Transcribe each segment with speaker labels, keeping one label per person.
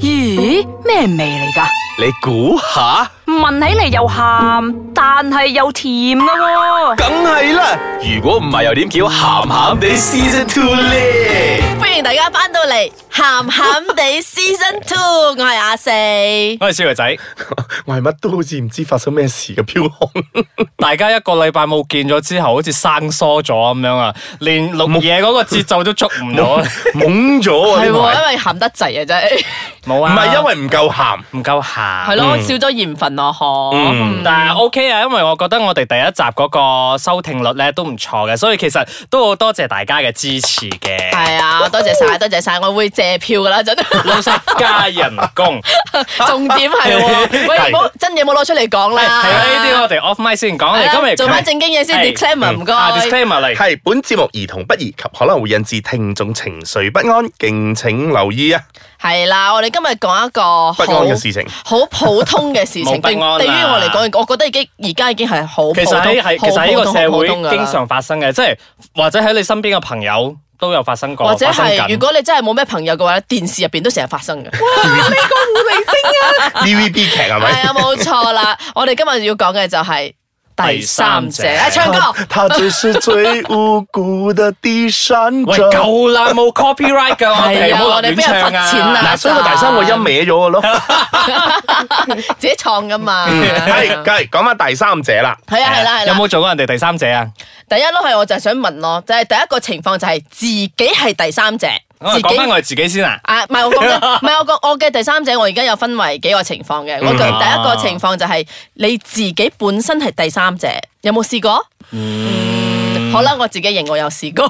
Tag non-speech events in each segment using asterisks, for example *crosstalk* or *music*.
Speaker 1: 咦，咩味嚟噶？
Speaker 2: 你估下，
Speaker 1: 聞起嚟又鹹，但係又甜噶喎、
Speaker 2: 梗係啦。如果唔係，又點叫鹹鹹地 Season Two 咧？
Speaker 3: 歡迎大家翻到嚟，鹹鹹
Speaker 4: *laughs*
Speaker 3: 地 Season Two，我係阿四。
Speaker 4: 我係小肥仔，
Speaker 2: 我係乜都好似唔知發生咩事嘅飄紅，
Speaker 4: 大家一個禮拜冇見咗之後，好似生疏咗咁樣啊，連錄嘢嗰個節奏都捉唔到，
Speaker 2: 懵咗啊！
Speaker 3: 係
Speaker 2: 呢
Speaker 3: 喎，
Speaker 2: 排
Speaker 3: 因為鹹得滯啊，真係。
Speaker 4: 冇
Speaker 2: 唔
Speaker 4: 啊，
Speaker 2: 係因為唔夠鹹，
Speaker 4: 唔夠鹹，
Speaker 3: 係咯，少咗鹽分咯，嗬。
Speaker 2: 嗯
Speaker 4: 但係 OK 啊，因為我覺得我哋第一集嗰個收聽率咧都唔錯嘅，所以其實都好多謝大家嘅支持嘅。
Speaker 3: 係啊，多謝
Speaker 4: 嗯
Speaker 3: 晒，多謝晒，我會借票噶啦，真。
Speaker 4: *laughs* 老細加人
Speaker 3: *laughs*
Speaker 4: 工，
Speaker 3: 重點係喎，喂，唔好真嘢冇攞出嚟講啦。
Speaker 4: 係啊，呢啲我哋 off mic 先講。我哋今日
Speaker 3: 做翻正經嘢先
Speaker 4: 係
Speaker 3: ，disclaimer 唔該。
Speaker 4: 啊 disclaimer 嚟，
Speaker 2: 係本節目兒童不宜及可能會引致聽眾情緒不安，敬請留意
Speaker 3: *laughs*
Speaker 2: 啊！
Speaker 3: 係啦，我哋今日講一個
Speaker 2: 不
Speaker 3: 好
Speaker 2: 安嘅事情，
Speaker 3: 好普通嘅事情，
Speaker 4: *laughs* 冇不
Speaker 3: 對
Speaker 4: 安啦
Speaker 3: 對於我嚟講，我覺得已經而家已經係好普
Speaker 4: 其
Speaker 3: 通，
Speaker 4: 實喺係其實喺呢個社
Speaker 3: 好普
Speaker 4: 會
Speaker 3: 通㗎啦
Speaker 4: 經常發生嘅，即係或者喺你身邊嘅朋友都有發生過，
Speaker 3: 或者
Speaker 4: 發生緊
Speaker 3: 係如果你真係冇咩朋友嘅話咧，電視入邊都成日發生嘅。
Speaker 2: TVB 劇係咪？ *laughs*
Speaker 3: 係啊，冇錯啦。我哋今日要講嘅就係第三者。
Speaker 4: 第三者
Speaker 3: 啊唱歌
Speaker 2: 他只是最無辜的第三
Speaker 4: 喂，夠啦，冇 copyright 噶，我哋
Speaker 3: 係啊
Speaker 4: 唔好
Speaker 3: 我哋
Speaker 4: 亂
Speaker 3: 俾人
Speaker 4: 唱
Speaker 3: 罰錢啊
Speaker 4: 啊！
Speaker 2: 嗱，所以個第三個音歪咗嘅 *laughs* 咯。
Speaker 3: 自己創噶嘛。
Speaker 2: 係，
Speaker 3: 係
Speaker 2: 係講翻第三者啦。
Speaker 3: 啊，係啦，係
Speaker 4: 有
Speaker 3: 啦。
Speaker 4: 冇做過人哋第三者啊？
Speaker 3: 第一咯，係我就係想問咯，就係第一個情況就係自己係第三者，
Speaker 4: 我
Speaker 3: 自
Speaker 4: 哦講
Speaker 3: 己
Speaker 4: 翻。我哋自己先啊！
Speaker 3: 啊，唔係我講緊，唔係我講我嘅第三者，我而家有分為幾個情況嘅。我嘅第一個情況就係你自己本身係第三者，有冇試過？嗯，好啦，我自己認我有試過，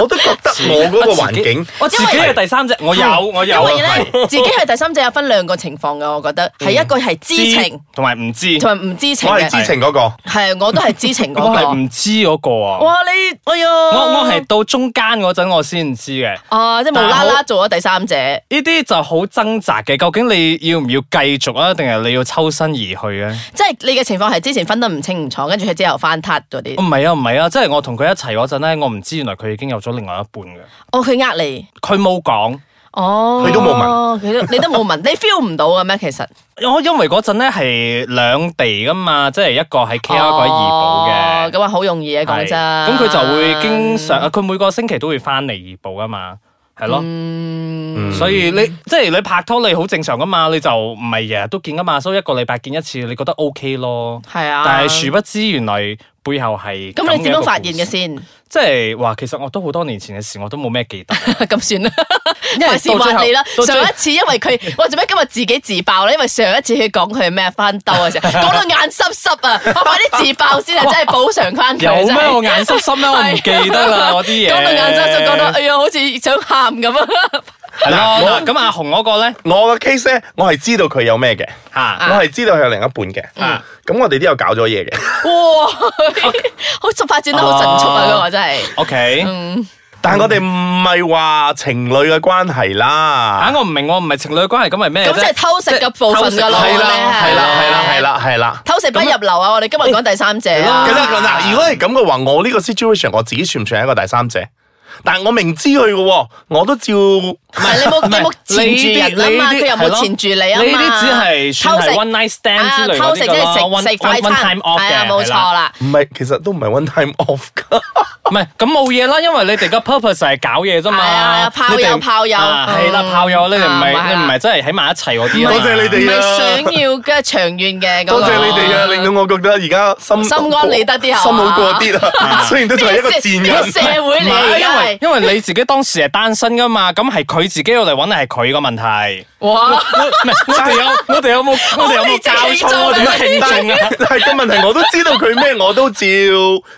Speaker 2: 我都覺得我嗰個環境，
Speaker 4: 我自己係第三者，我有我
Speaker 3: *laughs* 因
Speaker 4: 有啊
Speaker 3: 為咧自己係第三者有分兩個情況嘅，我覺得係一個係知情
Speaker 4: 同埋唔知，
Speaker 3: 同埋唔知情
Speaker 2: 我係
Speaker 3: 嘅，
Speaker 2: 知情嗰個。
Speaker 3: 係我都係知情
Speaker 4: *laughs* 我
Speaker 3: 嗰
Speaker 4: 係
Speaker 3: 個。
Speaker 4: 唔知嗰個啊！
Speaker 3: 哇，你哎呀，
Speaker 4: 我我係到中間嗰陣我先知嘅。
Speaker 3: 啊，即係無啦啦做咗第三者，
Speaker 4: 呢啲就好掙扎嘅，究竟你要唔要繼續啊？定係你要抽身而去啊？
Speaker 3: 即係你嘅情況係之前分得唔清唔楚，跟住佢之後翻撻嗰啲
Speaker 4: 唔。係啊，唔係啊，即係我同佢一齊嗰陣咧，我唔知原來佢已經有咗另外一半嘅，
Speaker 3: 哦，佢呃你。
Speaker 4: 佢冇講。
Speaker 3: 哦，
Speaker 2: 佢都冇
Speaker 3: 問，佢都你都
Speaker 4: *laughs*
Speaker 3: 冇問，你 feel 唔到嘅咩？其實
Speaker 4: 我哦因為嗰陣咧係兩地噶嘛，即係一個喺 K R 一個喺怡保嘅
Speaker 3: 哦，咁啊好容易嘅講
Speaker 4: 係
Speaker 3: 真。
Speaker 4: 咁佢就會經常，佢每個星期都會翻嚟怡保噶嘛，係咯。
Speaker 3: 嗯
Speaker 4: 所以你即係你拍拖你好正常噶嘛，你就唔係日日都見噶嘛，所以一個禮拜見一次，你覺得 O K 咯。
Speaker 3: 係啊，
Speaker 4: 但係殊不知原來背後係
Speaker 3: 咁你點樣
Speaker 4: 樣
Speaker 3: 發現
Speaker 4: 現
Speaker 3: 嘅？先？
Speaker 4: 即係話其實我都好多年前嘅事，我都冇咩記得。
Speaker 3: *laughs* 咁算啦， *laughs*
Speaker 4: 為
Speaker 3: 費事
Speaker 4: 到最後
Speaker 3: 話你啦。
Speaker 4: 到最
Speaker 3: 上
Speaker 4: 後
Speaker 3: 一次因為佢， *laughs* 我做咩今日自己自爆咧？因為上一次佢講佢咩翻兜嘅時
Speaker 4: *laughs*
Speaker 3: 候，講到眼濕濕啊！我快啲自爆先啊，真係補償翻佢。
Speaker 4: *laughs*
Speaker 3: 啊
Speaker 4: 有
Speaker 3: 真
Speaker 4: 咩
Speaker 3: 係啊
Speaker 4: 我眼濕濕咩？我唔記得啦，我啲嘢。
Speaker 3: 講到眼濕濕，講到哎呀，好似想喊咁啊！
Speaker 4: 係咯。嗱咁阿紅嗰個咧
Speaker 2: 我嘅 case 咧，我係知道佢有咩嘅，
Speaker 3: 啊
Speaker 4: 嚇，
Speaker 2: 我係知道佢有另一半嘅。
Speaker 3: 嗯
Speaker 2: 咁我哋都有搞咗嘢嘅。
Speaker 3: 哇，好發展得好神速啊！
Speaker 4: 哦
Speaker 3: 嗰個真係。
Speaker 4: O K。
Speaker 3: 嗯
Speaker 2: 但係我哋唔係話情侶嘅關係
Speaker 4: 啊！
Speaker 2: 啦，
Speaker 4: 我唔明，我唔係情侶關係，咁係咩啫？
Speaker 3: 咁即係偷食嘅部分㗎咯
Speaker 4: 偷食
Speaker 2: 係啦，
Speaker 3: 我
Speaker 2: 係
Speaker 3: 哋係
Speaker 2: 啦，係啦，係啦，係啦。
Speaker 3: 偷食不入流啊！我哋今日講第三者啊。
Speaker 2: 咁啦，嗱，如果係咁嘅話，我呢個 situation 我自己算唔算係一個第三者？但係我明知佢嘅喎，我都照
Speaker 3: 唔係你冇你冇纏住人啊嘛，
Speaker 4: 你呢啲
Speaker 3: 佢又
Speaker 4: 係
Speaker 3: 冇
Speaker 4: 咯
Speaker 3: 纏住你啊嘛。
Speaker 4: 你呢啲只係算係 one night
Speaker 3: 啊
Speaker 4: stand 之類
Speaker 3: 偷
Speaker 4: 嗰
Speaker 3: 食
Speaker 4: 啲
Speaker 3: 即
Speaker 4: 㗎咯
Speaker 3: 係食
Speaker 4: one-
Speaker 3: 食快
Speaker 4: one- one
Speaker 3: 餐，
Speaker 4: time off
Speaker 3: 係啊
Speaker 4: 嘅，
Speaker 3: 冇
Speaker 4: 係
Speaker 3: 錯
Speaker 4: 啦。
Speaker 3: 啦。
Speaker 2: 唔係，其實都唔係 one time *laughs* off 噶。
Speaker 3: 啊
Speaker 4: 唔係咁冇嘢啦，因為你哋嘅 purpose 係搞嘢啫嘛。
Speaker 3: 係啊炮友
Speaker 4: 你哋
Speaker 3: 炮友
Speaker 4: 啊係啦，
Speaker 3: 嗯
Speaker 4: 炮友你哋唔
Speaker 3: 啊
Speaker 4: 係
Speaker 3: 係啊
Speaker 4: 你唔係真係喺埋一齊嗰啲啊嘛。
Speaker 2: 多謝你
Speaker 3: 唔
Speaker 2: 哋
Speaker 3: 係想要嘅長遠嘅。
Speaker 2: 多謝你哋啊，令到我覺得而家心
Speaker 3: 嗯心安理得啲啊
Speaker 2: 心好過啲
Speaker 3: *laughs*
Speaker 2: 啦。雖然都仲係一個賤
Speaker 3: 咩社
Speaker 2: 人，
Speaker 3: 會
Speaker 4: 唔
Speaker 3: 嚟啊
Speaker 4: 係
Speaker 3: 而
Speaker 4: 因
Speaker 3: 家
Speaker 4: 為
Speaker 3: 係。
Speaker 4: 因為你自己當時係單身噶嘛，咁係佢自己要嚟揾你係佢個問題。
Speaker 3: 哇！
Speaker 4: 我唔係我 *laughs* 哋有我哋有冇我哋有冇教錯我哋嘅聽眾啊？
Speaker 2: 但係個問題我都知道佢咩，我都照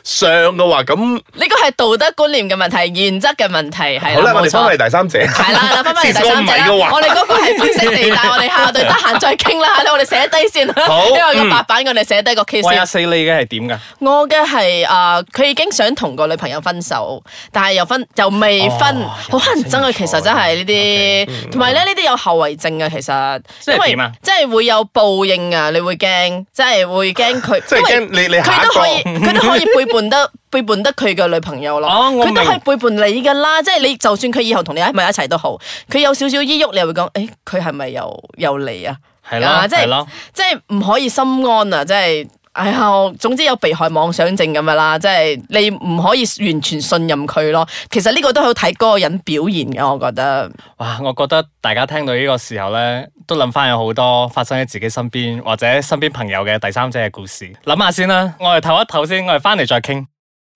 Speaker 2: 上嘅話，咁
Speaker 3: 呢個係道德觀念嘅問題，原則嘅問題係
Speaker 2: 好啦，
Speaker 3: 啦，
Speaker 2: 我
Speaker 3: 冇
Speaker 2: 哋翻
Speaker 3: 錯
Speaker 2: 嚟。第三者。*laughs*
Speaker 3: 係啦，嗱翻翻嚟第三者
Speaker 2: 其實我唔係嘅
Speaker 3: 啦
Speaker 2: 話。
Speaker 3: 我哋嗰個係灰色
Speaker 2: *laughs*
Speaker 3: 地帶，我哋下對得閒再傾啦。我哋寫低先啦，
Speaker 2: 好
Speaker 3: 因為個白板我哋寫低個 case
Speaker 4: 喂，阿
Speaker 3: 先。
Speaker 4: 四你嘅係點㗎？
Speaker 3: 我嘅係啊，佢、已經想同個女朋友分手，但係又分又未分，
Speaker 4: 哦
Speaker 3: 好乞人憎啊！
Speaker 4: 又唔
Speaker 3: 其
Speaker 4: 清楚嗯
Speaker 3: 實真係呢啲，同埋咧呢啲有後遺為證啊，其實
Speaker 4: 即係點
Speaker 3: 因
Speaker 4: 啊？
Speaker 3: 為即係會有報應啊！你會驚，即係會驚
Speaker 4: *laughs*
Speaker 3: 佢，
Speaker 2: 即係
Speaker 3: 因為
Speaker 2: 驚你你下
Speaker 3: 佢
Speaker 2: 一
Speaker 3: 都
Speaker 2: 個
Speaker 3: 可以，佢都可以背叛得背叛得佢嘅女朋友咯。
Speaker 4: 哦我
Speaker 3: 佢都
Speaker 4: 明
Speaker 3: 可以背叛你噶啦，即係你就算佢以後同你喺埋一齊都好，佢有少少依郁，你又會講，誒佢係咪又又嚟啊？
Speaker 4: 係咯，
Speaker 3: 啊即係
Speaker 4: 係咯，
Speaker 3: 即係唔可以心安啊！即係。哎呀，總之有被害妄想症咁樣啦，即係你唔可以完全信任佢咯。其實呢個都好睇嗰個人表現嘅，我覺得。
Speaker 4: 哇！我覺得大家聽到呢個時候咧，都諗翻有好多發生喺自己身邊或者身邊朋友嘅第三者嘅故事。諗下先啦，我哋唞一唞先，我哋翻嚟再傾。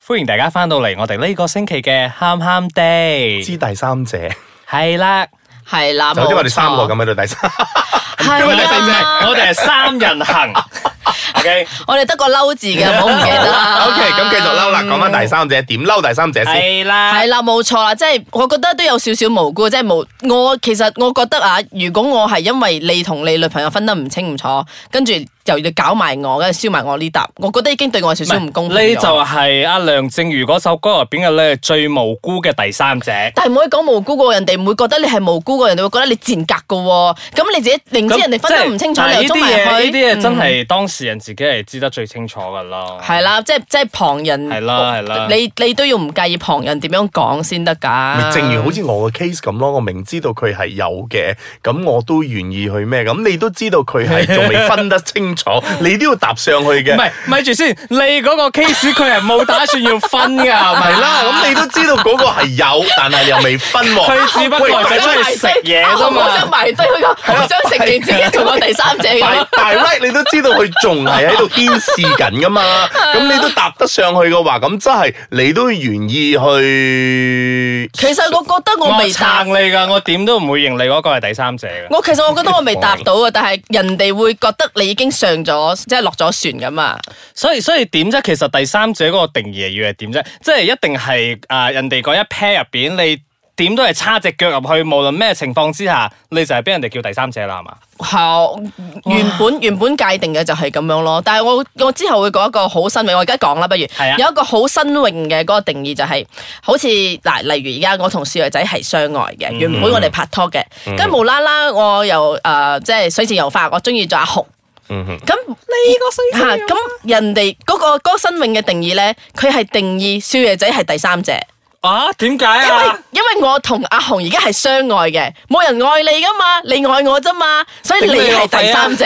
Speaker 4: 歡迎大家翻到嚟我哋呢個星期嘅喊喊
Speaker 2: 知
Speaker 4: day，
Speaker 2: 第三者，
Speaker 4: 係啦，
Speaker 3: 係啦，
Speaker 2: 就好似我哋三個
Speaker 3: 啊冇錯
Speaker 2: 咁，喺度第三，
Speaker 3: 係
Speaker 2: 因為第四隻
Speaker 3: 啊，
Speaker 4: 我哋係三人 *laughs* 行，OK。
Speaker 3: 我哋得個嬲字嘅，唔好唔記
Speaker 2: *laughs*
Speaker 3: 得啦。
Speaker 2: OK，咁繼續嬲啦，講翻第三者點嬲第三者先。
Speaker 4: 係啦
Speaker 3: 啊係，啦，冇錯啦，即係我覺得都有少少無辜，即係無我其實我覺得啊，如果我係因為你同你女朋友分得唔清唔楚，跟住又要搞埋我，跟住燒埋我呢沓，我覺得已經對我有少少唔公平
Speaker 4: 呢就
Speaker 3: 咗
Speaker 4: 係阿梁靜茹嗰首歌入邊嘅咧最無辜嘅第三者。
Speaker 3: 但係唔可以講無辜過人哋，唔會覺得你係無辜過人哋，會覺得你賤格噶喎。咁你自己明知人哋分得唔清楚，
Speaker 4: 咁
Speaker 3: 你又中埋
Speaker 4: 但係呢啲嘢
Speaker 3: 佢，
Speaker 4: 呢啲嘢真係當事人自己係知得最清楚噶啦。
Speaker 3: 係啦，即係即係旁人哦
Speaker 4: 係啦係啦
Speaker 3: 你你都要唔介意旁人點樣講先得
Speaker 2: 咪
Speaker 3: 㗎。
Speaker 2: 正如好似我嘅 case 咁咯，我明知道佢係有嘅，咁我都願意去咩？咁你都知道佢係仲未分得清楚， *laughs* 你都要搭上去嘅。
Speaker 4: 唔係，咪住先，你嗰個 case 佢係冇打算要分㗎，
Speaker 3: 啊
Speaker 4: 係咪
Speaker 2: 係
Speaker 3: *laughs*
Speaker 2: 啦，咁你都知道嗰個係有，但係又未分喎。
Speaker 4: 佢只不過係想出去食嘢
Speaker 3: *laughs*
Speaker 4: 啫
Speaker 3: 我想
Speaker 4: 嘛。啊
Speaker 3: 埋堆佢個，我想食完自己同我第三者咁
Speaker 2: 大。大 right，你都知道佢仲係喺度癲視緊噶嘛？
Speaker 3: 啊
Speaker 2: 咁你都搭得上去嘅話，咁真係你都願意去。
Speaker 3: 其實我覺得
Speaker 4: 我
Speaker 3: 我未
Speaker 4: 撐
Speaker 3: 答，
Speaker 4: 你㗎，我點都唔會認你嗰個係第三者嘅。
Speaker 3: 我其實我覺得我未答到啊，但係人哋會覺得你已經上咗，即係落咗船咁啊。
Speaker 4: 所以所以點啫？其實第三者嗰個定義係要係點啫？即係一定係啊、呃人哋嗰一 pair 入邊，你點都係叉只腳入去，無論咩情況之下，你就係俾人哋叫第三者啦，係嘛？
Speaker 3: 好，原本原本界定嘅就係咁樣咯，但係我我之後會講一個好新穎，我而家講啦，不如
Speaker 4: 係啊
Speaker 3: 有一個好新穎嘅嗰個定義就係、好似嗱，例如而家我同少女仔係相愛嘅，
Speaker 4: 嗯
Speaker 3: 原本我哋拍拖嘅，跟住無啦啦我又誒、呃即係水性游花，我中意咗阿紅，
Speaker 4: 嗯
Speaker 3: 咁你個啊水咁人哋嗰、個嗰個新穎嘅定義咧，佢係定義少爺仔係第三者。
Speaker 4: 啊？點解
Speaker 3: 因
Speaker 2: 哎
Speaker 3: 為
Speaker 4: 啊？
Speaker 3: 因為我同阿紅而家係相愛嘅，冇人愛你噶嘛，你愛我啫嘛，所以你
Speaker 2: 啊
Speaker 3: 係第三者，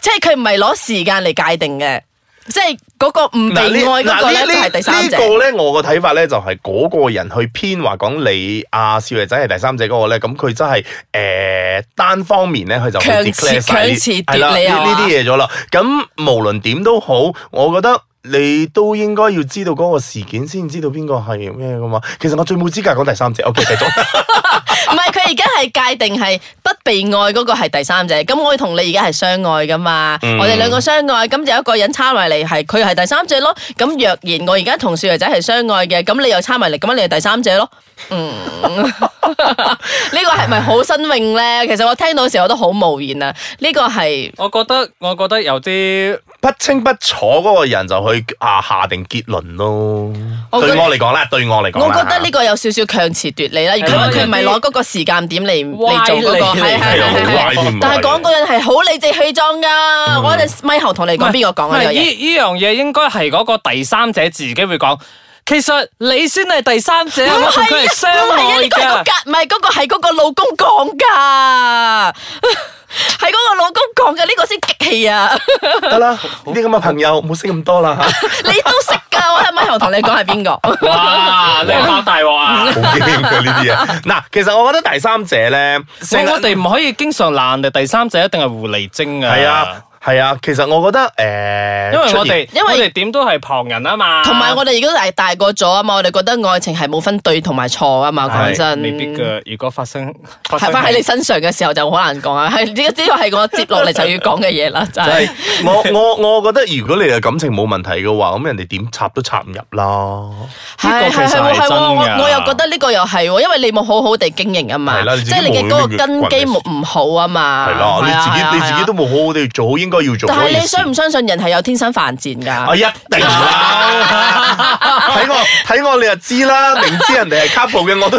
Speaker 3: 即係佢唔係攞時間嚟界定嘅，即係嗰個唔被
Speaker 2: 嗱呢
Speaker 3: 愛嗰個咧
Speaker 2: 嗱
Speaker 3: 就係第三者
Speaker 2: 呢。個咧，我個睇法咧就係嗰個人去編話講你阿少爺仔係第三者嗰個咧，咁佢真係誒單方面咧，佢就會
Speaker 3: 強
Speaker 2: declare
Speaker 3: 詞
Speaker 2: 晒呢
Speaker 3: 強詞奪
Speaker 2: 係啦
Speaker 3: 理
Speaker 2: 呢
Speaker 3: 啊
Speaker 2: 呢啲嘢咗啦。咁無論點都好，我覺得。你都應該要知道嗰個事件先知道邊個係咩噶嘛。其實我最冇資格講第三者。OK，繼續。
Speaker 3: 唔係佢而家係界定係不被愛嗰個係第三者，咁我同你而家係相愛噶嘛，我哋兩個相愛，咁就有一個人插埋嚟係佢係第三者咯。咁若然我而家同少爺仔係相愛嘅，咁你又插埋嚟，咁你係第三者咯。嗯，呢個係咪好新穎咧？其實我聽到嘅時候我都好無言啊。呢個係
Speaker 4: 我覺得我覺得有啲
Speaker 2: 不清不楚嗰個人就去啊下定結論咯。
Speaker 3: 我覺
Speaker 2: 對
Speaker 3: 得
Speaker 2: 我嚟講啦，對我嚟講啦
Speaker 3: 我覺得呢個有少少強詞奪理啦。如果
Speaker 4: 係
Speaker 3: 佢唔係
Speaker 4: 有啲
Speaker 3: 攞嗰個時間點嚟
Speaker 4: 歪
Speaker 3: 嚟做嗰個，
Speaker 4: 理
Speaker 3: 係係
Speaker 2: 係啊
Speaker 3: 係係
Speaker 2: 好
Speaker 3: 係。
Speaker 2: 歪添啊
Speaker 3: 但係講嗰人係好理直氣壯噶，我哋咪後同你講邊個講啊呢個
Speaker 4: 嗯唔係
Speaker 3: 嘢
Speaker 4: 依。依樣嘢應該係嗰個第三者自己會講。其實你先係第三者，
Speaker 3: 啊
Speaker 4: 我同佢係相愛
Speaker 3: 唔係啊呢個係嗰
Speaker 4: 㗎。
Speaker 3: 個唔係嗰個係嗰個老公講噶， *laughs* 係嗰個老公講嘅，呢個先激氣啊！ *laughs*
Speaker 2: 得啦，呢啲咁嘅朋友冇識咁多啦嚇。
Speaker 3: 你都識噶，我喺咪後同你講係邊個？
Speaker 4: *laughs* 哇！你係包大鑊啊！
Speaker 2: 好驚佢呢啲嘢。嗱，其實我覺得第三者咧，成日
Speaker 4: 我我哋唔可以經常鬧人哋第三者一定係狐狸精啊！
Speaker 2: 係啊，係啊，其實我覺得誒，
Speaker 4: 因為我哋
Speaker 3: 因為
Speaker 4: 我哋點都係旁人啊嘛，
Speaker 3: 同埋我哋而家大大個咗啊嘛，我哋覺得愛情係冇分對同埋錯啊嘛，講
Speaker 4: 係
Speaker 3: 真。
Speaker 4: 未必嘅。如果發生發生
Speaker 3: 係翻喺你身上嘅時候就好難講啊，係呢呢個係我接落嚟就要講嘅嘢啦，就
Speaker 2: 就
Speaker 3: 係
Speaker 2: 係我我我覺得，如果你嘅感情冇問題嘅話，咁人哋點插都插唔入啦。
Speaker 3: 係
Speaker 4: 其
Speaker 3: 係係
Speaker 4: 實係
Speaker 3: 喎係喎，
Speaker 4: 真㗎
Speaker 3: 我我又覺得呢個又係喎，因為你冇好好地經營啊嘛
Speaker 2: 係啦，你自
Speaker 3: 即
Speaker 2: 己
Speaker 3: 係你嘅嗰個
Speaker 2: 冇呢個
Speaker 3: 根基
Speaker 2: 關係
Speaker 3: 冇唔好啊嘛，
Speaker 2: 係啦，
Speaker 3: 係啊
Speaker 2: 你自
Speaker 3: 係啊
Speaker 2: 己你自
Speaker 3: 係啊
Speaker 2: 己都冇好好地做好應應該要做
Speaker 3: 但
Speaker 2: 嗰
Speaker 3: 係
Speaker 2: 件
Speaker 3: 你
Speaker 2: 事。哎
Speaker 3: 相唔相信人係有天生犯賤㗎
Speaker 2: 我？一定啦！啊睇我睇我你就知啦，明知人哋係 couple 嘅我 *laughs* 都。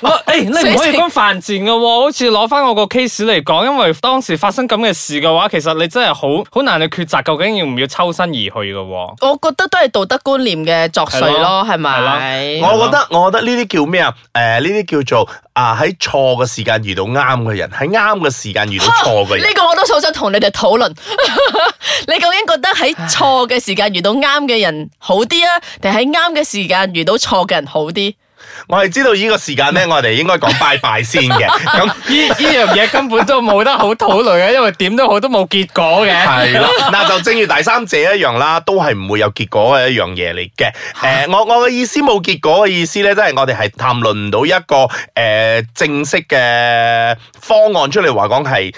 Speaker 4: 我诶，你唔可以咁犯賤噶喎，好似攞翻我個 case 嚟講，因為當時發生咁嘅事嘅話，其實你真係好好難去抉擇，究竟要唔要抽身而去噶喎。
Speaker 3: 我覺得都係道德觀念嘅作祟
Speaker 4: 係
Speaker 3: 咯
Speaker 4: 咯，
Speaker 3: 係咪？
Speaker 2: 我覺得我覺得呢啲叫咩啊？誒呢啲叫做啊喺錯嘅時間遇到啱嘅人，喺啱嘅時間遇到錯 *laughs* 嘅人
Speaker 3: 呢。個我都好想同你哋討論。 *laughs* 你究竟覺得喺錯嘅時間遇到啱嘅人好啲啊，定喺啱嘅時間遇到錯嘅人好啲？
Speaker 2: 我係知道呢個時間咧，我哋應該講拜拜先 *laughs* 嘅。咁
Speaker 4: 呢呢樣嘢根本都冇得好討論嘅，因為點都好都冇結果嘅。
Speaker 2: 係 *laughs* 啦，嗱就正如第三者一樣啦，都係唔會有結果嘅一樣嘢嚟嘅。誒、我我嘅意思冇結果嘅意思咧，即係我哋係談論唔到一個誒、正式嘅方案出嚟話講係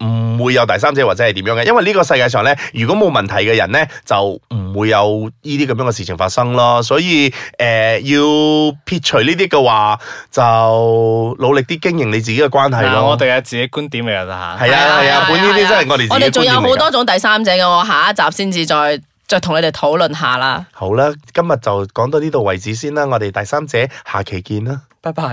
Speaker 2: 誒唔會有第三者或者係點樣嘅，因為呢個世界上咧，如果冇問題嘅人咧，就唔會有呢啲咁樣嘅事情發生咯。所以誒、要撇除呢啲嘅話，就努力啲經營你自己嘅關係
Speaker 4: 嗱，
Speaker 2: 咯。
Speaker 4: 我哋有自己觀點嚟㗎啦嚇。
Speaker 2: 係啊係啊，本呢啲真係我哋自己
Speaker 3: 我哋仲有
Speaker 2: 觀念嚟
Speaker 3: 好
Speaker 2: 㗎
Speaker 3: 多種第三者嘅，我下一集先至再再同你哋討論下啦。
Speaker 2: 好啦，今日就講到呢度為止先啦，我哋第三者下期見啦。
Speaker 4: 拜拜。